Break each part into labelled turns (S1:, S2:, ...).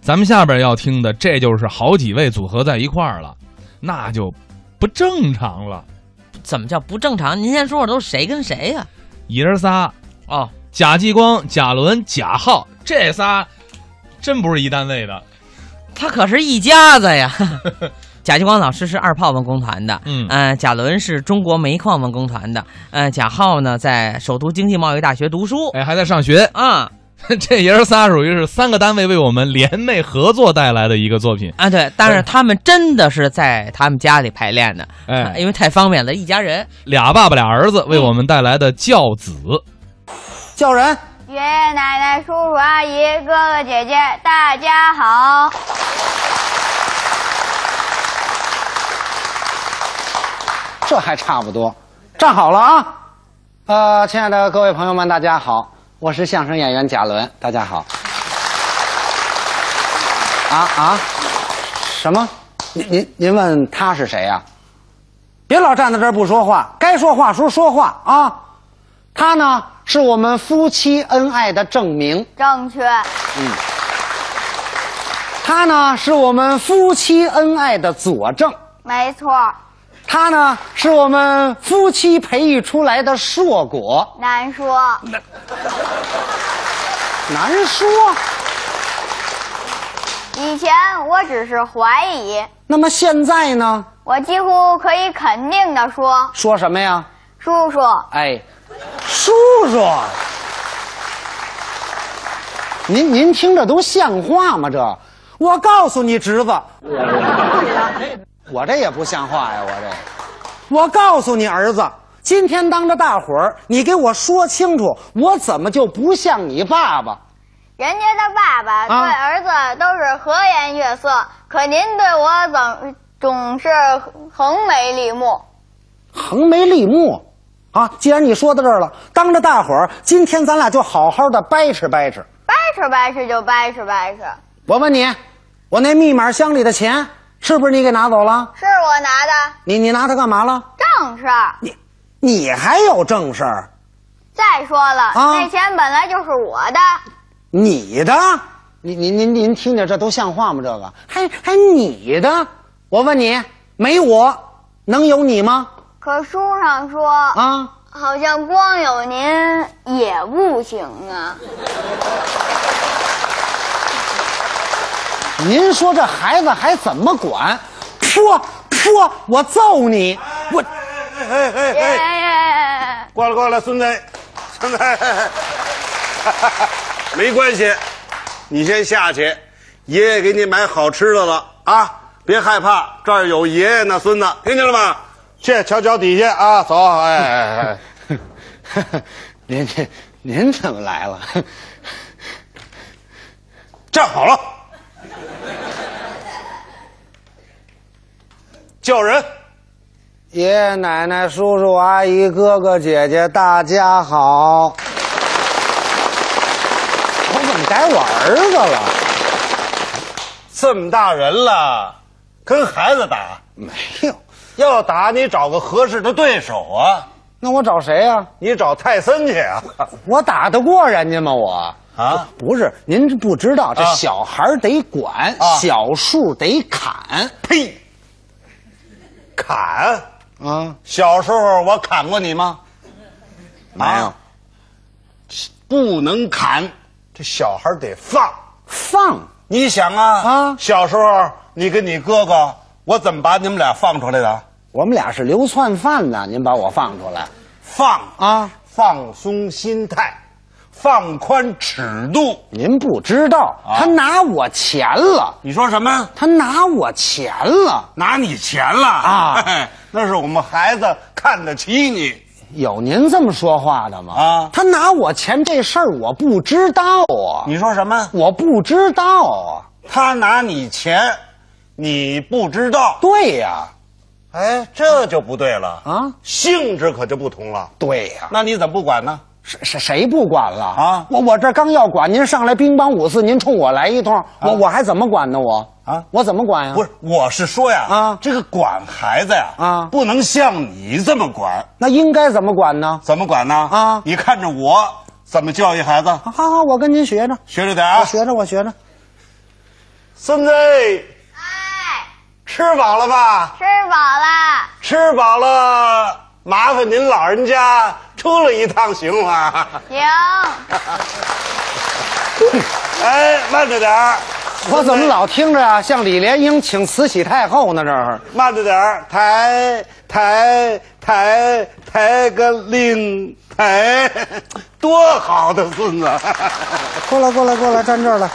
S1: 咱们下边要听的，这就是好几位组合在一块儿了，那就不正常了。
S2: 怎么叫不正常？您先说说都是谁跟谁呀、
S1: 爷儿仨，
S2: 哦，
S1: 贾继光、贾伦、贾浩，这仨真不是一单位的。
S2: 他可是一家 子呀。贾继光老师是二炮文工团的，
S1: 嗯
S2: 呃，贾伦是中国煤矿文工团的，呃，贾浩呢在首都经济贸易大学读书，
S1: 哎，还在上学。
S2: 啊
S1: 这爷儿仨属于是三个单位为我们联袂合作带来的一个作品。
S2: 啊，对，但
S1: 哎
S2: 是他们真的是在他们家里排练的，
S1: 哎，
S2: 因为太方便了，一家人。
S1: 俩爸爸俩儿子为我们带来的《教子》。
S3: 叫人，
S4: 爷爷奶奶、叔叔阿姨、哥哥姐姐，大家好！
S3: 这还差不多。站好了啊！呃，亲爱的各位朋友们，大家好，我是相声演员贾伦，大家好。啊啊！什么？您您您问他是谁呀、啊别老站在这儿不说话，该说话时候说话啊！他呢，是我们夫妻恩爱的证明。
S4: 正确，
S3: 他呢，是我们夫妻恩爱的佐证。
S4: 没错，
S3: 他呢，是我们夫妻培育出来的硕果。
S4: 难说。
S3: 难说。
S4: 以前我只是怀疑，
S3: 那么现在呢？
S4: 我几乎可以肯定的说，
S3: 说什么呀？
S4: 叔叔，
S3: 哎，叔叔，您您听着都像话吗？这，我告诉你侄子，我这也不像话呀，我这，我告诉你儿子，今天当着大伙儿，你给我说清楚，我怎么就不像你爸爸？
S4: 人家的爸爸对儿子都是和颜悦色，可您对我总总是横眉立目。
S3: 横眉立目，啊！既然你说到这儿了，当着大伙儿，今天咱俩就好好的掰扯掰扯。
S4: 掰扯掰扯就掰扯掰扯，
S3: 我问你，我那密码箱里的钱是不是你给拿走了？
S4: 是我拿的
S3: 你你拿它干嘛了？
S4: 正事儿。
S3: 你你还有正事儿？
S4: 再说了，
S3: 啊
S4: 那钱本来就是我的，
S3: 你的？您您您您听着，这都像话吗？这个还还你的？我问你，没我能有你吗？
S4: 可书上说，
S3: 啊，
S4: 好像光有您也不行啊。
S3: 您说这孩子还怎么管？说说，我揍你！我
S5: 哎哎
S4: 耶
S5: 哎，过来过来，孙子，孙子， 没关系，你先下去，爷爷给你买好吃的了啊，别害怕，这儿有爷爷呢，孙子，听见了吗？去瞧瞧底下啊，走，哎哎哎。
S3: 您这您怎么来了？
S5: 站好了，叫人，
S3: 爷爷奶奶、叔叔阿姨、哥哥姐姐，大家好！我怎么改我儿子了？
S5: 这么大人了，跟孩子打，
S3: 没有，
S5: 要打你找个合适的对手啊，
S3: 那我找谁呀、
S5: 你找泰森去啊！
S3: 我打得过人家吗？我
S5: 啊，
S3: 不是，您这不知道，这
S5: 啊
S3: 小孩儿得管，
S5: 啊
S3: 小树得砍
S5: 呸！砍？
S3: 啊！
S5: 小时候我砍过你吗？
S3: 没有
S5: 啊不能砍，这小孩得放。
S3: 放
S5: 你想啊
S3: 啊
S5: 小时候你跟你哥哥，我怎么把你们俩放出来的？
S3: 我们俩是流窜犯呢，您把我放出来
S5: 放
S3: 啊！
S5: 放松心态，放宽尺度。
S3: 您不知道，
S5: 啊
S3: 他拿我钱了，
S5: 你说什么？
S3: 他拿我钱了。
S5: 拿你钱了
S3: 啊
S5: 哎那是我们孩子看得起你。
S3: 有您这么说话的吗？
S5: 啊
S3: 他拿我钱这事儿我不知道啊，
S5: 你说什么？
S3: 我不知道啊。
S5: 他拿你钱，你不知道。
S3: 对呀、
S5: 哎，这就不对了
S3: 啊
S5: 性质可就不同了。
S3: 对呀、
S5: 那你怎么不管呢？
S3: 谁谁谁不管了
S5: 啊
S3: 我我这刚要管，您上来乒乓五四，您冲我来一通，我我还怎么管呢？我
S5: 啊
S3: 我怎么管呀？
S5: 不是，，我是说呀，
S3: 啊
S5: 这个管孩子呀，
S3: 啊
S5: 不能像你这么管，
S3: 那应该怎么管呢？
S5: 怎么管呢？
S3: 啊
S5: 你看着我怎么教育孩子，
S3: 好好，我跟您学着，
S5: 学着点啊
S3: 我。学着，我学着。
S5: 孙子，
S4: 哎，
S5: 吃饱了吧？
S4: 吃饱了，
S5: 吃饱了，麻烦您老人家出来一趟行吗？
S4: 行。
S5: 哎，慢着点儿，
S3: 我怎么老听着啊，像李莲英请慈禧太后呢？这儿
S5: 慢着点儿，抬抬抬抬个令抬，多好的孙子！
S3: 过来，过来，过来，站这儿来。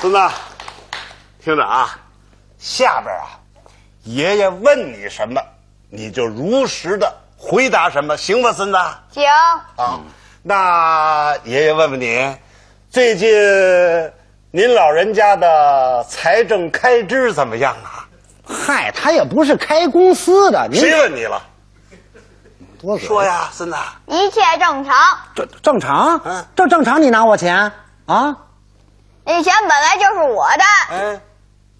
S5: 孙子，听着啊，下边啊，爷爷问你什么，你就如实的回答什么，行吧，孙子？
S4: 行，
S5: 啊，那爷爷问问你，最近您老人家的财政开支怎么样啊？
S3: 嗨，他也不是开公司的，您
S5: 谁问你了？
S3: 多嘴
S5: 说呀，孙子。
S4: 一切正常。
S3: 正正常
S5: 嗯，
S3: 这正常，你拿我钱啊？
S4: 那钱本来就是我的，
S5: 哎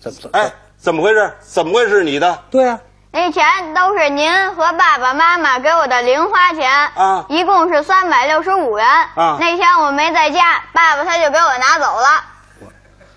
S3: 这这
S5: 哎，怎么回事？怎么会是你的？
S3: 对啊，
S4: 那钱都是您和爸爸妈妈给我的零花钱，
S5: 啊
S4: 一共是三百六十五元，
S5: 啊
S4: 那天我没在家，爸爸他就给我拿走了，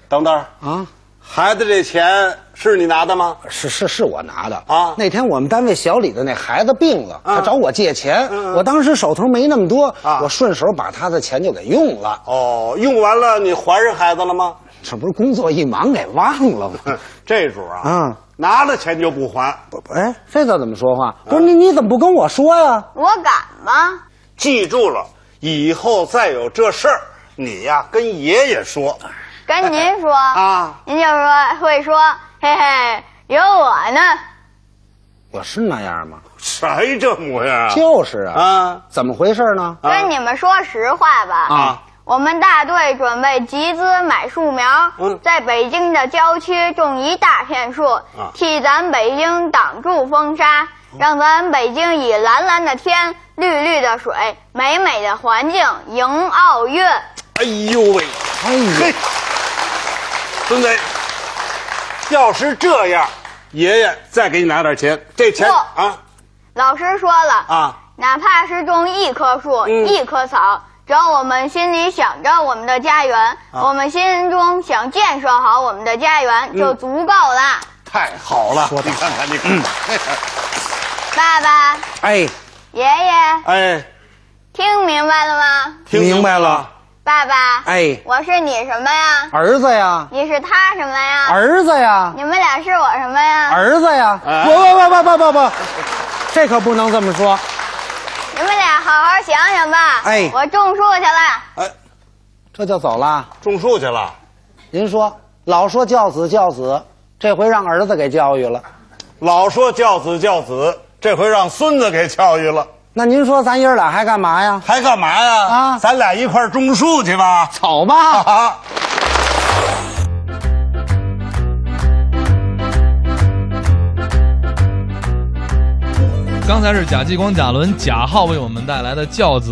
S5: 等等儿，
S3: 啊，
S5: 孩子这钱是你拿的吗？
S3: 是是是我拿的
S5: 啊
S3: 那天我们单位小李的那孩子病了，
S5: 啊
S3: 他找我借钱，
S5: 嗯嗯
S3: 我当时手头没那么多
S5: 啊，
S3: 我顺手把他的钱就给用了。
S5: 哦，用完了你还人孩子了吗？
S3: 这不是工作一忙给忘了吗？
S5: 哼这主啊，
S3: 嗯，
S5: 拿了钱就不还，
S3: 不不哎，这叫怎么说话？不是你你怎么不跟我说呀、
S4: 我敢吗？
S5: 记住了，以后再有这事儿，你呀跟爷爷说。
S4: 跟您说，
S5: 啊
S4: 您就说会说，嘿嘿，有我呢，
S3: 我是那样吗？
S5: 谁这模样啊？
S3: 就是啊，
S5: 啊
S3: 怎么回事呢？
S5: 啊
S4: 跟你们说实话吧，
S5: 啊，
S4: 我们大队准备集资买树苗，
S5: 嗯
S4: 在北京的郊区种一大片树，
S5: 啊
S4: 替咱北京挡住风沙，
S5: 嗯
S4: 让咱北京以蓝蓝的天、绿绿的水、美美的环境迎奥运。
S5: 哎呦喂，
S3: 哎呀
S5: 嘿，，孙子，要是这样，爷爷再给你拿点钱，这钱
S4: 不
S5: 啊
S4: 老师说了，
S5: 啊，
S4: 哪怕是种一棵树、
S5: 嗯
S4: 一棵草，只要我们心里想着我们的家园，
S5: 啊
S4: 我们心中想建设好我们的家
S5: 嗯
S4: 园，就足够了。
S5: 太好嗯了，你看看，你看看，
S4: 爸爸，
S3: 哎，
S4: 爷爷，
S5: 哎，
S4: 听明白了吗？
S5: 听明白了。
S4: 爸爸，
S3: 哎
S4: 我是你什么呀？
S3: 儿子呀，
S4: 你是他什么呀？
S3: 儿子呀，
S4: 你们俩是我什么呀？
S3: 儿子呀，
S5: 哎
S3: 不不不不不不，这可不能这么说。
S4: 你们俩好好想想吧。
S3: 哎
S4: 我种树去了。
S5: 哎，
S3: 这就走了。
S5: 种树去了，
S3: 您说，老说教子教子，这回让儿子给教育了。
S5: 老说教子教子，这回让孙子给教育了，
S3: 那您说咱爷儿俩还干嘛呀？
S5: 还干嘛呀？
S3: 啊
S5: 咱俩一块儿种树去吧。
S3: 走吧。
S5: 啊。
S1: 刚才是贾继光、贾伦、贾浩为我们带来的《教子》，